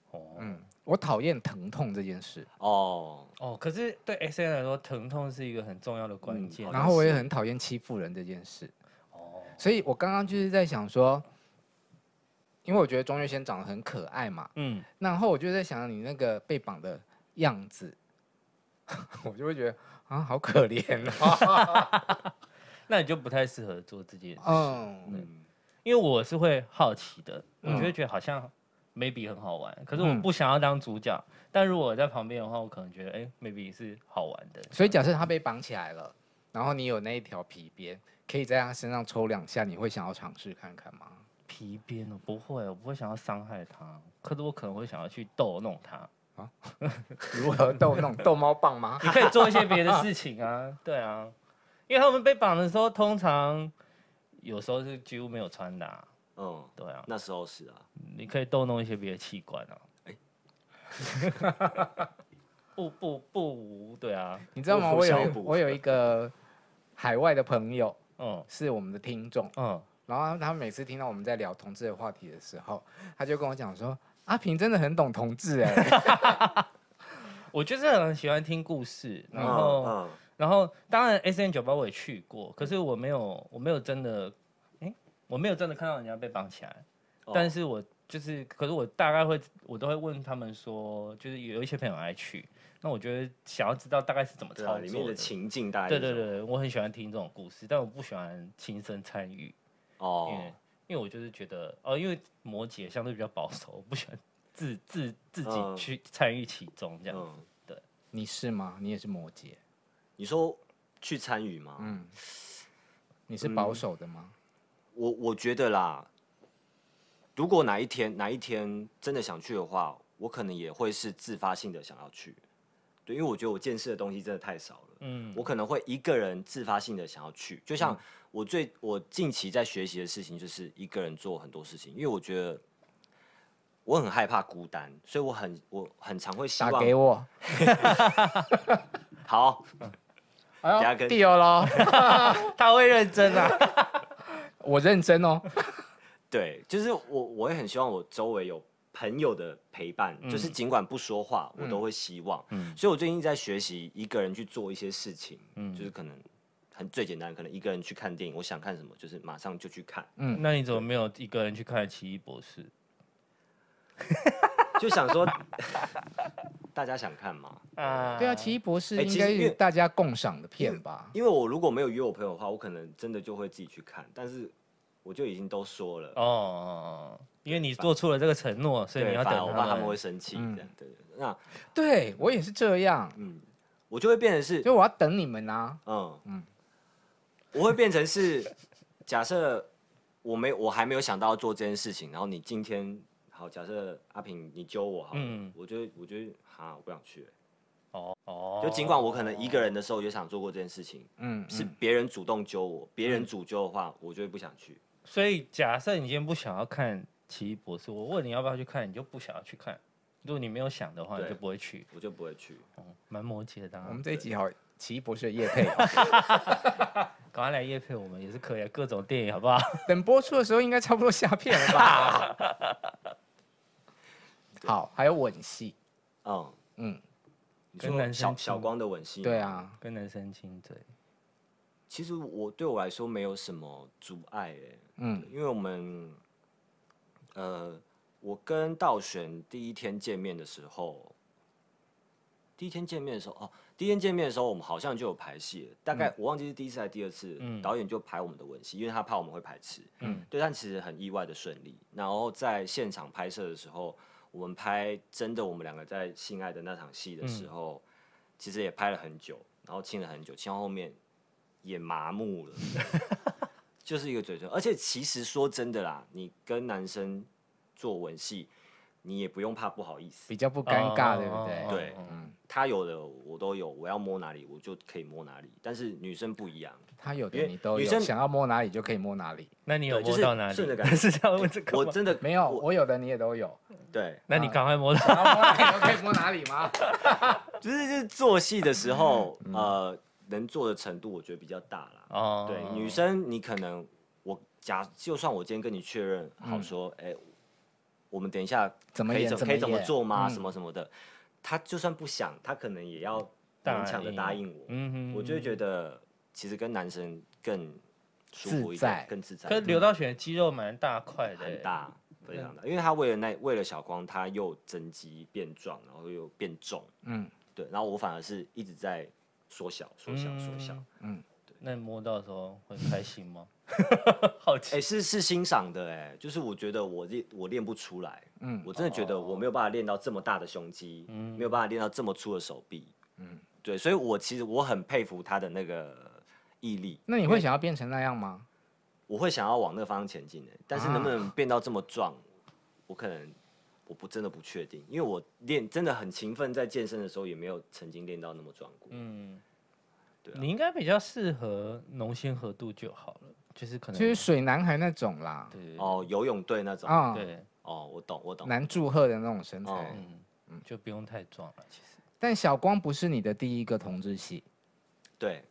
哦，
嗯，我讨厌疼痛这件事，
哦，
哦，可是对 S N 来说，疼痛是一个很重要的关
嗯
键。
好像
然后我也
是
很讨厌欺负人这件事，
哦，
所以我刚刚就是在想说，因为我觉得钟岳轩长得很可爱嘛，
嗯，
然后我就在想你那个被绑的样子， 我就会觉得啊，好可怜啊，
那你就不太适合做这件事，
嗯，
嗯，
因为我是会好奇的，我就
嗯
会觉得好像 maybe 很好玩，可是我
嗯
不想要当主角。但如果我在旁边的话，我可能觉得哎、maybe 是好玩的。
所以假设他被绑起来了，然后你有那一条皮鞭，可以在他身上抽两下，你会想要尝试看看吗？
皮鞭哦，不会，我不会想要伤害他，可是我可能会想要去逗弄 他。
如何逗弄逗猫棒吗？
你可以做一些别的事情啊，对啊，因为他们被绑的时候，通常有时候是几乎没有穿的、啊，
嗯，
对啊，
那时候是啊，
你可以逗弄一些别的器官啊。
哎
不不不无，对啊，
你知道吗？
我
我有
想
一
补
我有一个海外的朋友
嗯
是我们的听众，
嗯，
然后他每次听到我们在聊同志的话题的时候，他就跟我讲说：“阿平真的很懂同志哎、
我就是很喜欢听故事，然
嗯
后、
嗯
然后当然 S N 酒吧我也去过，可是我没有我没有真的，哎、我没有真的看到人家被绑起来，
哦
但是我就是，可是我大概会，我都会问他们说，就是有一些朋友爱去，那我觉得想要知道大概是怎么
对啊，
操作
里面的情境大概
对
是
对
什么
对，对我很喜欢听这种故事，但我不喜欢亲身参与，因为、
哦，
因为我就是觉得，哦，因为摩羯相对比较保守，我不喜欢自自自己
嗯
去参与其中这样子。
嗯，
你是吗？你也是摩羯？
你说去参与吗？
嗯，你是保守的吗？
嗯我我觉得啦，如果哪一天哪一天真的想去的话，我可能也会是自发性的想要去，对，因为我觉得我见识的东西真的太少了，
嗯，
我可能会一个人自发性的想要去，就像我最我近期在学习的事情就是一个人做很多事情，因为我觉得我很害怕孤单，所以我很我很常会希
打
望
给我，
好，等下
哎呦，
跟
地友喽，
嗯他会认真啊。
我认真 哦。
对，就是我我也很希望我周围有朋友的陪伴，就是尽管不说话，我都会希望。
嗯
所以我最近在学习一个人去做一些事情，
嗯
就是可能很最简单，可能一个人去看电影，我想看什么，就是马上就去看，
嗯，
那你怎么没有一个人去看《奇异博士》？
就想说 大家想看嘛。
啊
对啊，奇异博士
哎
应
其
该
实因
是
为
大家共赏的片吧？
因为我如果没有约我朋友的话，我可能真的就会自己去看，但是我就已经都说了。
哦哦，哦因为你做出了这个承诺，所以你
对，
要等
反而我怕他
们
们会生气，
嗯
这样对对。对那
对我也是这样，
嗯，我就会变成是
所以我要等你们啊。
嗯
嗯
嗯，我会变成是假设我没我还没有想到要做这件事情，然后你今天好，假设阿平你揪我好了，
嗯
我就我就哈我不想去了，
哦哦，
就尽管我可能一个人的时候也想做过这件事情，
嗯，
是
嗯
别人主动揪我，别
嗯
人主揪的话，我就会不想去。
所以假设你今天不想要看《奇异博士》，我问你要不要去看，你就不想要去看。如果你没有想的话，你
对
就不会去。
我就不会去，
哦，蛮摩羯的、啊
我，们这一集好，奇异博士的夜配哦，
赶快来夜配我们也是可以、啊，各种电影好不好？
等播出的时候应该差不多下片了吧？ 好，还有吻戏，
嗯
嗯，
你
跟男
说
生
小
去
小
吗
光的吻戏，
对，啊，
跟男生亲嘴，
其实我对我来说没有什么阻碍、欸，
嗯
因为我们，呃，我跟道玄第一天见面的时候，第一天见面的时候，哦，第一天见面的时候，我们好像就有排戏了，大概、我忘记是第一次还是第二次，
嗯
导演就排我们的吻戏，因为他怕我们会排斥，
嗯
嗯，对，但其实很意外的顺利。然后在现场拍摄的时候，我们拍真的我们两个在性爱的那场戏的时候，其实也拍了很久，然后亲了很久，亲到后面也麻木了。就是一个嘴唇。而且其实说真的啦，你跟男生做吻戏，你也不用怕不好意思
比。较不尴尬，对不
哦
对？
对
嗯，
他有的我都有，我要摸哪里我就可以摸哪里。但是女生不一样，
他有的
因为
你都
女
有，
生
想要摸哪里就可以摸哪里。
那你有
对就
摸
是
到哪里？
顺着感觉
是这样问这个
欸我
吗？
真的
没有，
我
我有的你也都 有，
对，
那你赶快摸到。
啊
想要摸哪里就可以摸哪里 吗？
就是就是做戏的时候，呃，能做的程度我觉得比较大啦。
嗯哦，
对，女生你可能我假就算我今天跟你确认
嗯
好说，哎、我们等一下
怎么
可以
演
怎
怎
可以
么
怎么
演
做吗？
嗯
什么什么的，他就算不想，他可能也要
答
勉强的答应我。
嗯哼
我就会觉得其实跟男生更舒服一
自在
点，更自在。嗯
可是刘道玄的肌肉蛮大块的，
很。大，非常大，因为他为了那为了小光，他又增肌变壮，然后又变重，
嗯，
对，然后我反而是一直在缩小、缩小、缩小。
嗯
嗯那你摸到的时候会开心吗？好
哎、
奇。
是是欣赏的哎、就是我觉得我练我练不出来，
嗯
嗯，我真的觉得我没有办法练到这么大的胸肌，
嗯
没有办法练到这么粗的手臂，嗯，对，所以我其实我很佩服他的那个毅力，
那你会想要变成那样吗？
我会想要往那个方向前进的、但是能不
啊
能变到这么壮，我可能我不真的不确定，因为我练真的很勤奋，在健身的时候也没有曾经练到那么壮过，
嗯，
对啊
你应该比较适合浓鲜和度就好了，就是可能
就是水男孩那种啦，
对
哦，游泳队那种，
啊，
对，
哦，我懂，我懂，
男祝贺的那种身材
哦。
嗯，就不用太壮了，其实。
但小光不是你的第一个同志戏，
对，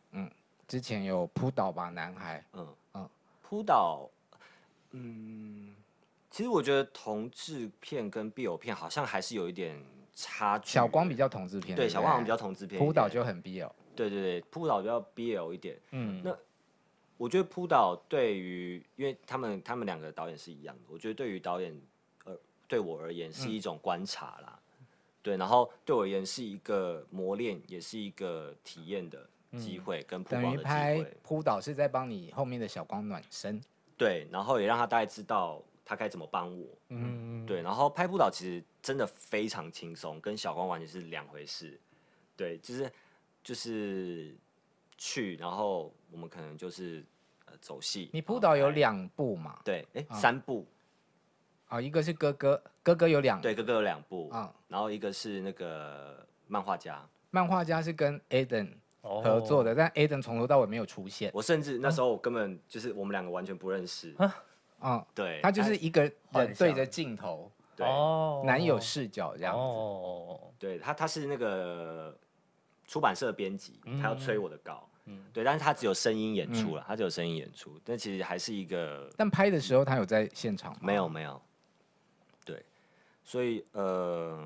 之前有扑倒吧男孩，
嗯
嗯
扑倒，嗯，其实我觉得同志片跟 BL 片好像还是有一点差距。
小光比较同志片，
对，
不
小光好像比较同志片一点，
扑倒就很 BL，
对对对，扑倒比较 BL 一点。
嗯，
那我觉得扑倒对于，因为他们他们两个导演是一样的，我觉得对于导演呃对我而言
嗯
是一种观察啦，对，然后对我而言是一个磨练，也是一个体验的机会跟
嗯
曝
等
光
于
的机
拍
会。
扑倒是在帮你后面的小光暖身。
对，然后也让他大概知道他该怎么帮我。嗯，对，然后拍不倒其实真的非常轻松，跟小光完全是两回事。对，就是就是去，然后我们可能就是呃走戏。
你扑
然后
倒有
拍
两嗯部嘛？
对，哎、三部，
哦，一个是哥哥，哥哥有两，
对，哥哥有两部，
啊
然后一个是那个漫画家，
漫画家是跟 Aden
哦
合作的，但 Aden 从头到尾没有出现。
我甚至那时候我根本就是我们两个完全不认识。
嗯，
对，
他就是一个
幻
人
想
对着镜头，
对、
哦
男友视角这样子。
哦，
对他，他是那个出版社编辑，他
嗯
要催我的稿，对，但是他只有声音演出了，他只有声音演出，但其实还是一个
但拍的时候他有在现场吗？
没有没有，对，所以呃，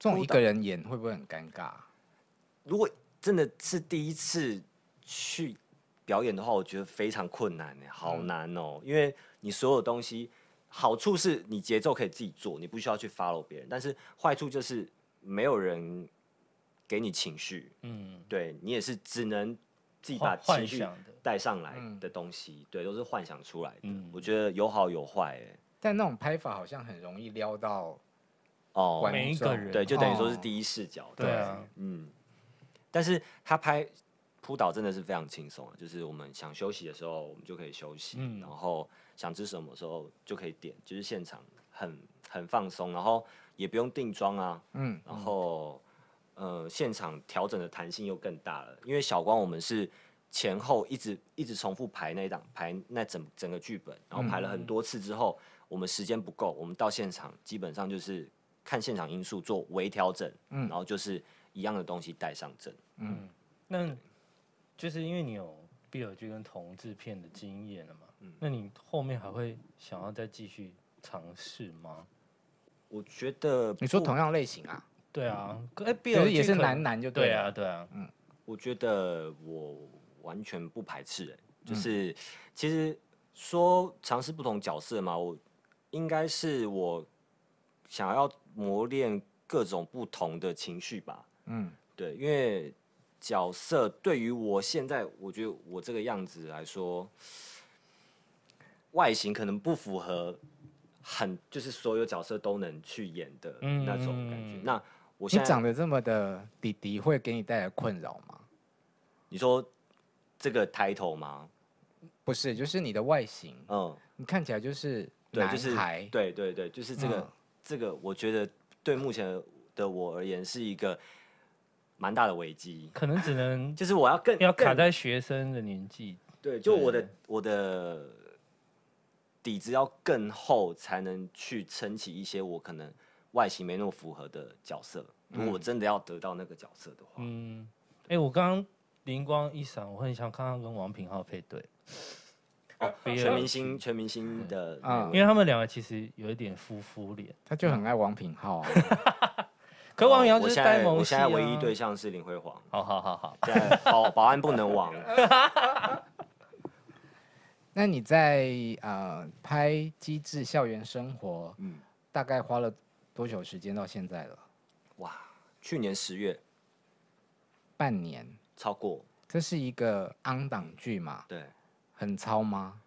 这种一
孤岛
个人演会不会很尴尬？
如果真的是第一次去表演的话，我觉得非常困难欸好
嗯
难哦、因为你所有东西，好处是你节奏可以自己做，你不需要去 follow 别人，但是坏处就是没有人给你情绪，
嗯，
对你也是只能自己把
幻
情
幻
绪
想的，
带上来
嗯
的东西，对，都是幻想出来的。
嗯
我觉得有好有坏、欸，
但那种拍法好像很容易撩到
哦
观，
每一个
众
人
对，就等于说是
哦
第一视角，
对啊，
嗯，但是他拍扑倒真的是非常轻松啊，就是我们想休息的时候，我们就可以休息，
嗯
然后想吃什么时候就可以点，就是现场很很放松，然后也不用定妆啊，
嗯，
然后呃，现场调整的弹性又更大了，因为小光我们是前后一直一直重复排那一档排那整整个剧本，然后排了很多次之后，我们时间不够，我们到现场基本上就是看现场因素做微调整，然后就是一样的东西带上阵。
那就是因为你有 BL 剧跟同志片的经验了嘛，
嗯
那你后面还会想要再继续尝试吗？
我觉得
你说
不
同样类型啊，
对啊，可哎
就
，BL
是也
剧
是
啊
可
嗯
男男就
对啊
了
啊，。对啊，
我觉得我完全不排斥、欸，
嗯
就是、其实说尝试不同角色嘛，我应该是我想要磨练各种不同的情绪吧。
嗯，
对，因为角色对于我现在，我觉得我这个样子来说，外形可能不符合很就是所有角色都能去演的那种感觉。
嗯
那我
你
现在
长得这么的弟弟会给你带来困扰吗？
你说这个 title 吗？
不是，就是你的外形，
嗯，
你看起来就是
对，
男
就是
孩，
对对对，就是这个、
嗯
这个，我觉得对目前的我而言是一个蛮大的危机。
可能只 能
就是哦我要更
要卡
更
在学生的年纪，
对，就我的
对
我的底子要更厚，才能去撑起一些我可能外形没那么符合的角色。如果我真的要得到那个角色的话，
嗯，哎、我刚刚灵光一闪，我很想看他跟王品浩配对，
哦，
比
全
尔
明星全明星的
啊
那
嗯因
位
为他们两个其实有一点夫妇脸，
他就很爱王品浩、 啊，
可王
哦
品浩
我
就是
现
呆
在
萌、啊
我现在唯一对，象是林辉煌，
好好好好，
现在保保安不能 忘。
那你在呃拍《机智校园生活》，
嗯，
大概花了多久时间到现在了？
哇，去年十月
半年。
超过，
这是一个昂档剧嘛，
对
很糙吗？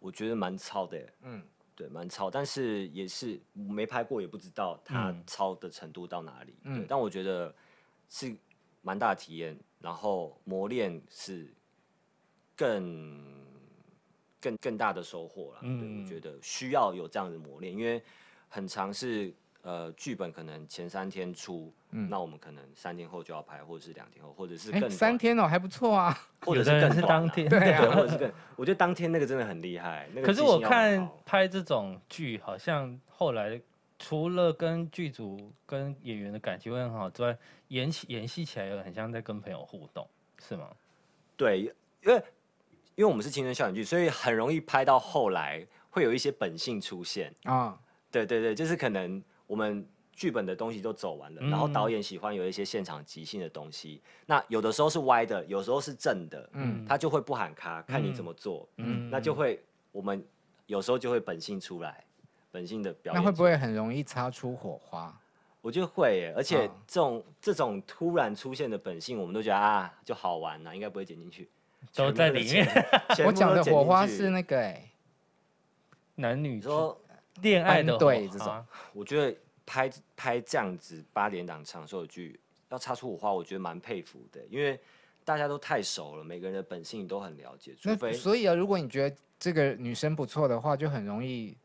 我觉得蛮超的耶。
嗯，
对，蛮超，但是也是没拍过，也不知道它
嗯
超的程度到哪里。
嗯
嗯，但我觉得是蛮大的体验，然后磨练是更更更大的收获啦。对，
嗯
我觉得需要有这样的磨练，因为很长是呃剧本可能前三天出，
嗯
那我们可能三天后就要拍，或者是两天后，或者是
哎、
更
三
短，
天哦，还不错啊。
或者
有
是
的人
更
是
短啊
当 天
对
对啊
或者是更，我觉得当天那个真的很厉害。那个
可是
即兴
我
要很
看
好
拍这种剧，好像后来除了跟剧组、跟演员的感情会很好之外，演起演戏起来又很像在跟朋友互动，是吗？
对，因为因为我们是青春校园剧，所以很容易拍到后来会有一些本性出现。
啊、
对对对，就是可能我们剧本的东西都走完了，
嗯
然后导演喜欢有一些现场即兴的东西。那有的时候是歪的，有时候是正的，
嗯
嗯，他就会不喊卡，看你怎么做，嗯，那就会我们有时候就会本性出来，本性的表
那
演。
会不？会很容易擦出火花？
我觉得会耶，而且
啊
这种、这种突然出现的本性，我们都觉得啊，就好玩呐、应该不会剪进去。
嗯
全
都
部
在
剪
里面，
全部
我讲
都
的
剪
火
进
花
去
是那个哎、
男女
你说，
之恋爱的
班
啊
对
火
这
花
种
我觉得拍拍这样子八点档长寿的剧，要擦出火花，我觉得蛮佩服的，因为大家都太熟了，每个人的本性你都很了解，除
那
非
所以啊，如果你觉得这个女生不错的话，就很容易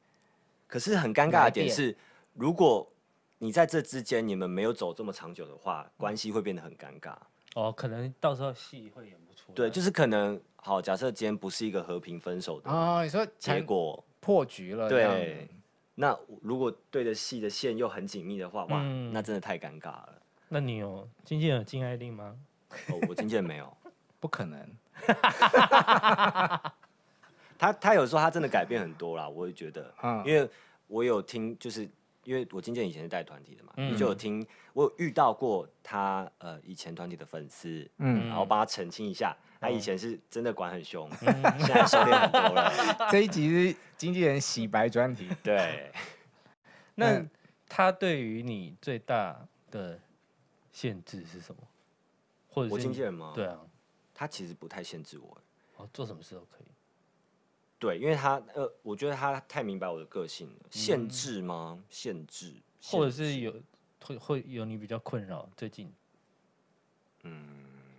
可是很尴尬
来
的点
电
是，如果你在这之间你们没有走这么长久的话，关系会变得很尴尬。
哦，可能到时候戏会演不出来。
哦
对，就是可能好，假设今天不是一个和平分手的
哦。你说
结
谈
果，
破局了，这样
对。那如果对的戏的线又很紧密的话，哇，
嗯
那真的太尴尬了。
那你有经纪人有禁爱令吗？
哦，我经纪人没 有，
不可能。
他他有时候他真的改变很多啦，我也觉得，
嗯
因为我有听，就是因为我经纪人以前是带团体的嘛，
嗯
就有听我有遇到过他呃以前团体的粉丝，
嗯
然后帮他澄清一下，他
哦
以前是真的管很凶，
嗯
现在收敛很多了，
这一集是经纪人洗白专题，
对，
那
嗯
他对于你最大的限制是什么？或者是
我经
你
纪人吗
对啊，
他其实不太限制我，
哦，做什么事都可以。
对，因为他呃，我觉得他太明白我的个性了，限制吗？限制，
嗯或者
限制
是有会会有你比较困扰最近，嗯，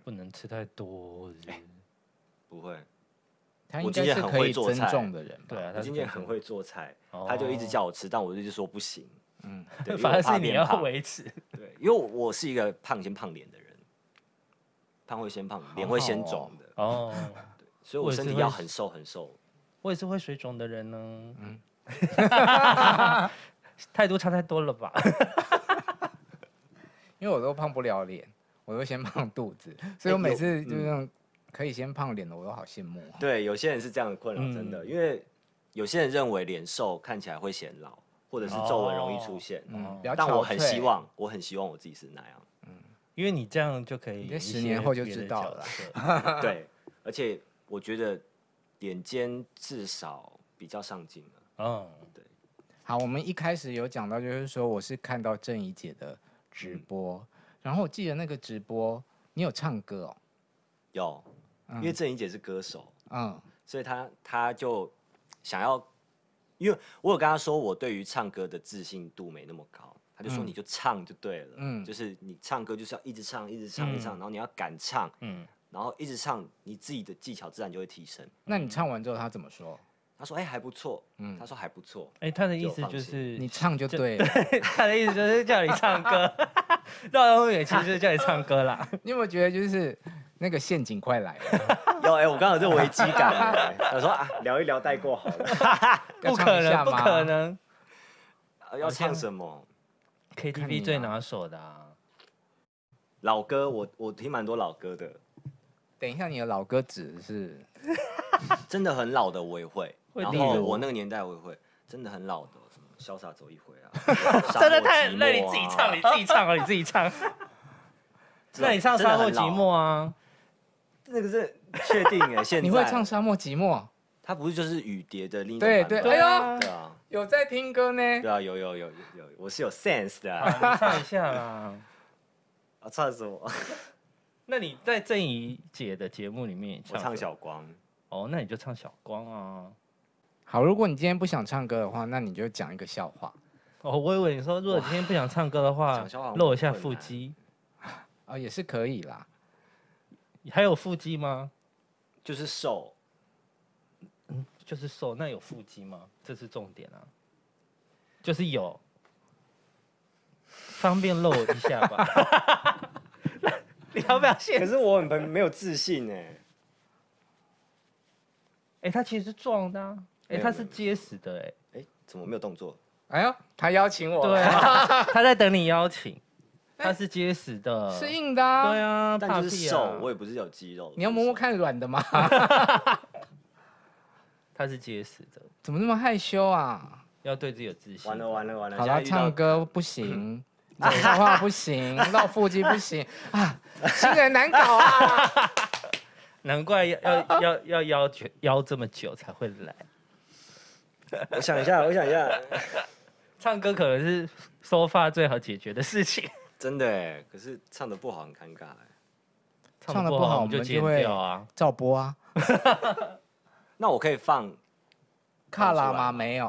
不能吃太多，或者
哎
是
不会，
他
我
应该
经纪人
是
很
可
会
以
做
尊
菜
重的人吧？
对啊，
我
他
经纪人很会做菜，
哦
他就一直叫我吃，但我就一直说不行，嗯， 对，因为
反
我
而
怕
是你
变
要
胖
维持，
对，因为我是一个胖先胖脸的人，胖会先胖，脸会先肿的，
哦，
所以我
我也
身
是
体
会
要很瘦很瘦。
我也是会水肿的人呢， 嗯，态度差太多了吧？
因为我都胖不了脸，我都先胖肚子，所以我每
有
次就是那种可以先胖脸的，我都好羡慕哦。
对，有些人是这样的困扰，真的，
嗯
因为有些人认为脸瘦看起来会显老，或者是皱纹容易出现。
嗯，
哦
比较
但我
憔
很
悴
希望，我很希望我自己是那样。
因为你这样就可以演一些别
你这10
的角色，
年后就知道了
对，而且我觉得眼尖至少比较上进了。
嗯，
好，我们一开始有讲到，就是说我是看到郑怡姐的直播，然后我记得那个直播你有唱歌哦，
有，因为郑怡姐是歌手，
嗯，
所以她她就想要，因为我有跟她说我对于唱歌的自信度没那么高，她就说
嗯
你就唱就对了，
嗯
就是你唱歌就是要一直唱，一直唱，一直唱，然后你要敢唱，
嗯
然后一直唱，你自己的技巧自然就会提升。
那你唱完之后她怎么说？
她说哎、还不错，嗯，她说还不错，
哎、他的意
就
思
放
就
心
是
你唱嗯就对了。
他的意思就是叫你唱歌，绕到后面其实就是叫你唱歌啦。
你有没有觉得就是那个陷阱快来 了？
有哎、我刚好有这危机感了，她说啊聊一聊带过好了，
要
不
唱
可
一下
能，不
吗
可能
啊要唱什么？
看你
！KTV
啊
最拿手的、啊，
老歌，我我听蛮多老歌的，
等一下，你的老歌指是
真的很老的我也会，
会
然
例
后
如
我那个年代我也会，真的很老的什么潇洒走一回啊，
真
沙漠
的太……
寂
那你
寞
自己
啊
唱，你自己唱啊，你自 己唱。那你唱《
真的
沙
很
漠寂
老
寞》啊？
那个是确定 哎，现在
你会唱《沙漠寂寞
它不是就是雨蝶的另一》？种
对
版
对，
本
哎
对
呦
啊，
对啊
有在听歌呢。
对啊，有有有有有，我是有 sense 的啊。
好你 唱一下啦。
我唱什么？
那你在郑怡姐的节目里面也
我
唱
唱
什么
小光，
哦，那你就唱小光啊。
好，如果你今天不想唱歌的话，那你就讲一个笑话
哦，我以为你说，如果今天不想唱歌的话
讲笑话，很
露一下
困
腹
难
肌，
啊、也是可以啦。
还有腹肌吗？
就是瘦，
就是瘦，那有腹肌吗？这是重点啊，就是有，方便露一下吧。 你要不要现？
可
哎、
是我很没有自信哎。
哎他其实是壮的、啊，
没
哎、
有
他
没
是
有
结实的、
哎，怎么没有动作？
哎呦，他邀请
哎，
我，
对、啊，他在等你邀请，
哎
他是结实的，
是硬的、啊。
对啊，
但
怕
就是
屁
瘦
啊，，
我也不是有肌肉。
你要摸摸，看软的吗？
他是结实的，
怎么那么害羞啊？
要对自己有自信。
完了完了完了。
好
现在
了，
遇到
唱歌不行，讲笑话不行，绕腹肌不行啊，新人难搞啊。
难怪 要要要要邀请邀这么久才会来，
我想一下，我想一下，
唱歌可能是收发最好解决的事情。
真的哎，可是唱的不好很尴尬哎。
得
唱得不好
我们
我们
剪
就会
掉啊。
赵波啊，
那我可以放
卡拉
出来
吗？没有。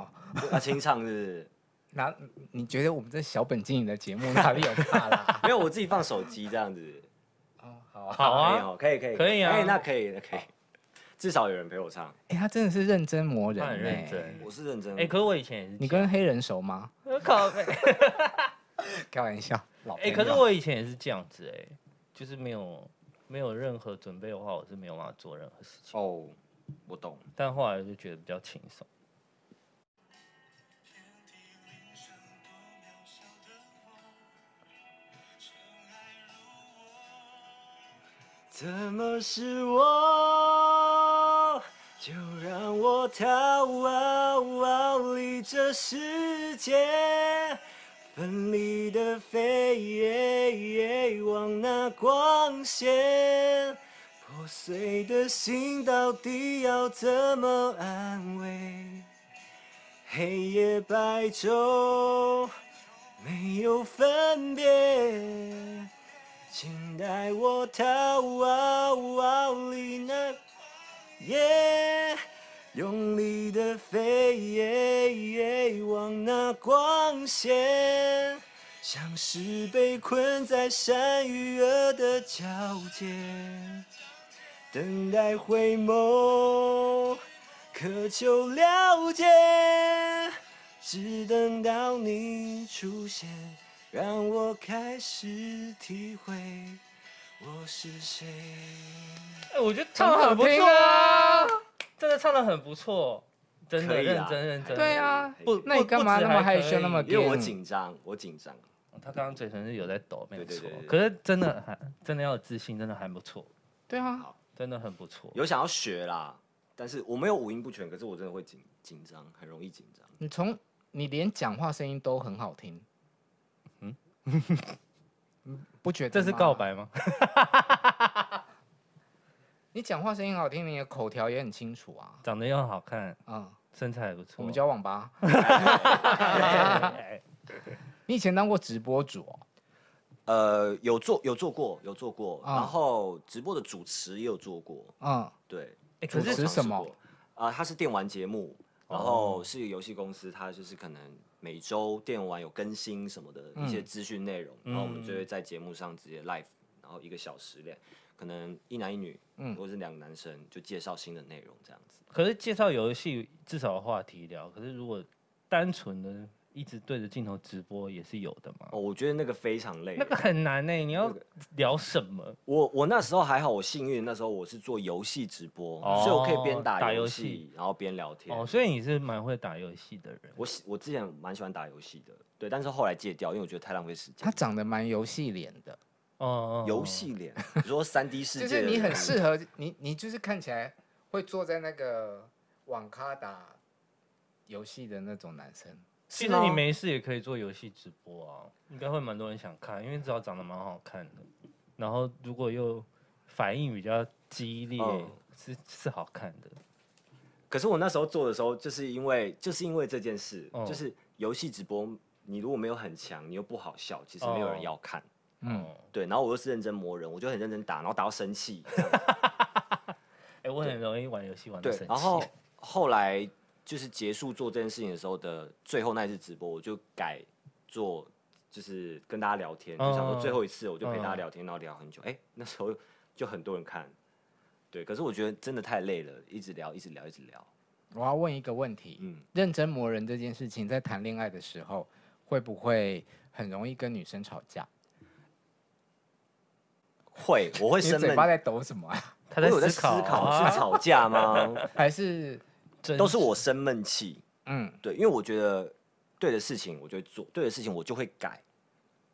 啊清唱是不是？
哪？你觉得我们这小本经营的节目哪里有卡 啦？
没有，我自己放手机这样子。
哦，好啊。
好
可以哦，可
啊，
以可以
可以啊
哎，那可以那可以，至少有人陪我唱，
哎、他真的是认真磨人、
他
欸，
很认真。
我是认真。
哎、可是我以前也是
你
这样，
跟黑人熟吗？
我 靠背，
开玩笑，老
哎、可是我以前也是这样子、哎，就是没有没有任何准备的话，我是没有办法做任何事情。
哦，我懂。
但后来就觉得比较轻松。
怎么是我？就让我逃离这世界，奋力的飞往那光线。破碎的心到底要怎么安慰？黑夜白昼没有分别。请带我逃离那夜，用力的飞往那光线，像是被困在善与恶的交界，等待回眸，渴求了解，只等到你出现，让我开始体会我是谁。
哎、我觉得唱的很不
很
错
好听
啊，真的唱的很不错，真的
可以
认
啊
真认真。
对啊
可以，
不，那你干嘛那么害羞，那么
因为我
硬
紧张，我紧张。
他刚刚嘴唇是有在抖，没有
对对
错
对对。对
可是真的还真的要有自信，真的还不错，
对啊，
真的很不错。
有想要学啦，但是我没有五音不全，可是我真的会紧紧张，很容易紧张。
你从你连讲话声音都很好听， 嗯，不觉得？
这是告，白吗？
你讲话声音好听，你的口条也很清楚啊。
长得又好看，
啊
嗯，
身材也不错。哎
我们交往吧。你以前当过直播主哦、
呃，有做有做过，有做过，
啊
然后直播的主持也有做过，
嗯，
对，
哎
主
可是
持什么
尝试过？啊、它是电玩节目，然后是游戏公司，它就是可能每周电玩有更新什么的一些
嗯
资讯内容，然后我们就
嗯
会在节目上直接 live，然后一个小时两，可能一男一女，
嗯
或者是两个男生，就介绍新的内容这样子。
可是介绍游戏至少有话题聊，可是如果单纯的一直对着镜头直播也是有的嘛。
哦，我觉得那个非常累。
那个很难呢、欸你要
个
聊什么？哦
我我那时候还好，我幸运，那时候我是做游戏直播，
哦
所以我可以边
打
打
游
游
戏
戏，然后边聊天。
哦，所以你是蛮会打游戏的人。
我喜我之前蛮喜欢打游戏的，对，但是后来戒掉，因为我觉得太浪费时间
他。长得蛮游戏脸的，
哦哦，哦
游戏脸，你说 三 D 世
就
界，
是你很适。合你，你就是看起来会坐在那个网咖打游戏的那种男生。
其
是
实你
吗
没事也可以做游戏直播啊，应该会蛮多人想看，因为至少长得蛮好看的，然后如果又反应比较激烈，
嗯
是是好看的。
可是我那时候做的时候，就是因为就是因为这件事，
哦
就是游戏直播，你如果没有很强，你又不好笑，其实没有人要看。
嗯，
哦，
对，然后我又是认真磨人，我就很认真打，然后打到 生气。
哎、我很容易玩游戏玩到
对
生，气。
然后后来就是结束做这件事情的时候的最后那一次直播，我就改做就是跟大家聊天，
哦
就想
嗯
说最后一次我就陪大家
嗯
聊天，然后聊很久。哎、那时候就很多人看，对，可是我觉得真的太累了，一直聊，一直聊，一直聊。
我要问一个问题，
嗯，
认真磨人这件事情，在谈恋爱的时候会不会很容易跟女生吵架？
会，我会
你
生
嘴
闷
巴在抖什么啊？
他在
我有在
思
思考
啊，
是吵 架吗？
还是
真
都是我生闷气。
嗯，
对，因为我觉得对的事情我就会做，对的事情我就会改。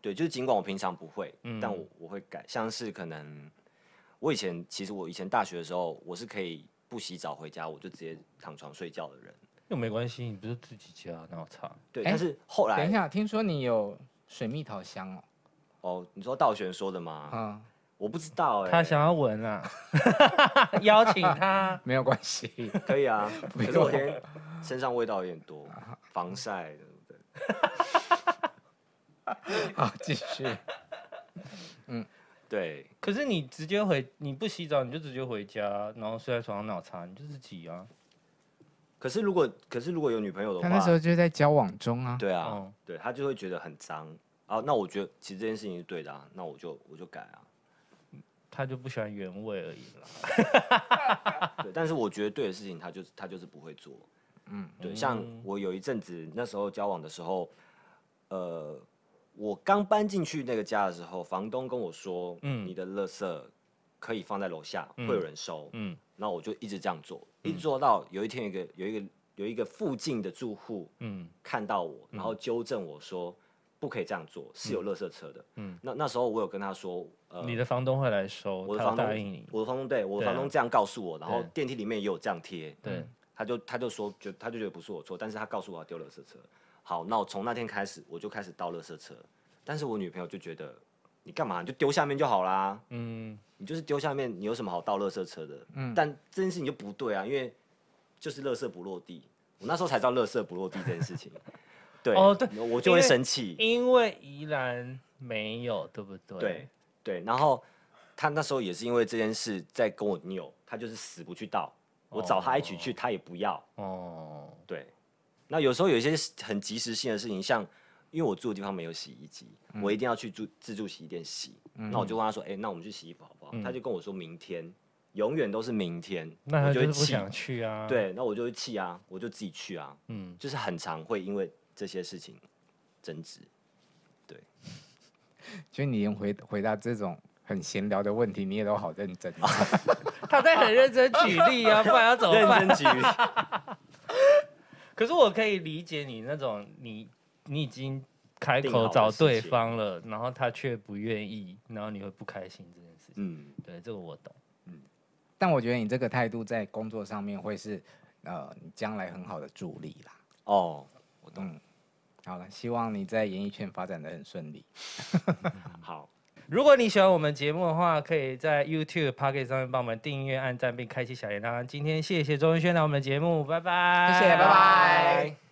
对，就是尽管我平常不会，但我
嗯
我会改。像是可能我以前，其实我以前大学的时候，我是可以不洗澡回家，我就直接躺床睡觉的人。
又没关系，你不是自己家，那我差。
对，
哎
但是后
等一
来
下，听说你有水蜜桃香哦，
哦，你说道玄说的吗？
嗯，
我不知道哎、
他想要 闻啊，邀请他。
没有关 系，
可以啊，可是
用
我今天身上味道有点多，防晒的。对
好，继续。
对，
可是你直接回，你不洗澡你就直接回家，然后睡在床上脑残，你就自己啊。
可是如果可是如果有女朋友的
他
话，
那时候就在交往中啊，
对啊，
哦
对他就会觉得很脏啊。那我觉得其实这件事情是对的啊，那我就我就改啊。
他就不喜欢原味而已啦。
对，但是我觉得对的事情，他就是他就是不会做。嗯，对，像我有一阵子那时候交往的时候，呃，我刚搬进去那个家的时候，房东跟我说，
嗯
你的垃圾可以放在楼下，
嗯
会有人收。
嗯，
那我就一直这样做，一直做到有一天有一个有一个有一个附近的住户，
嗯
看到我，然后纠正我说不可以这样做，是有垃圾车的。
嗯
嗯，那那时候我有跟他说，呃，
你的房东会来收，
我的
他
房
有答应
东
你，。
我的房东对我的
对啊
房东这样告诉我，然后
对
电梯里面也有这样贴，嗯
对，
他就他就说就他就觉得不是我错，但是他告诉我要丢垃圾车。好，那我从那天开始我就开始倒垃圾车，但是我女朋友就觉得你干嘛你就丢下面就好啦，
嗯，
你就是丢下面，你有什么好倒垃圾车的？嗯，但这件事情就不对啊，因为就是垃圾不落地。我那时候才知道垃圾不落地这件事情。对，
哦对
我就
因为
会生气。
因为宜兰没有，对不对？
对，对，然后他那时候也是因为这件事在跟我拗，他就是死不去倒。我找他一起去，他也不要。
哦，
对，那有时候有一些很及时性的事情，像因为我住的地方没有洗衣机，
嗯
我一定要去住自助洗衣店洗。那我就问他说：“哎、那我们去洗衣服好不好？”他就跟我说明天，永远都是明天，
嗯那
我
他
就
就
会
是不
气。
想去啊。，
对，那我就会气啊，我就自己去啊，
嗯，
就是很常会因为这些事情争执。
所以你连回回答这种很闲聊的问题，你也都好认真哦。
啊
他在很认真举例啊，不然要怎么办？
举例，
可是我可以理解你那种，你你已经开
定好
口
的
找
事
对
情
方了，然后他却不愿意，然后你会不开心这件事情。
嗯，
对，这个我懂。
但我觉得你这个态度在工作上面会是，呃，你将来很好的助力啦。
哦，我懂，
嗯好了，希望你在演艺圈发展的很顺利。
好，
如果你喜欢我们节目的话，可以在 YouTube、Pocket 上面帮我们订阅、按赞并开启小铃铛。今天谢谢周文轩来我们的节目，拜拜，
谢谢，拜拜。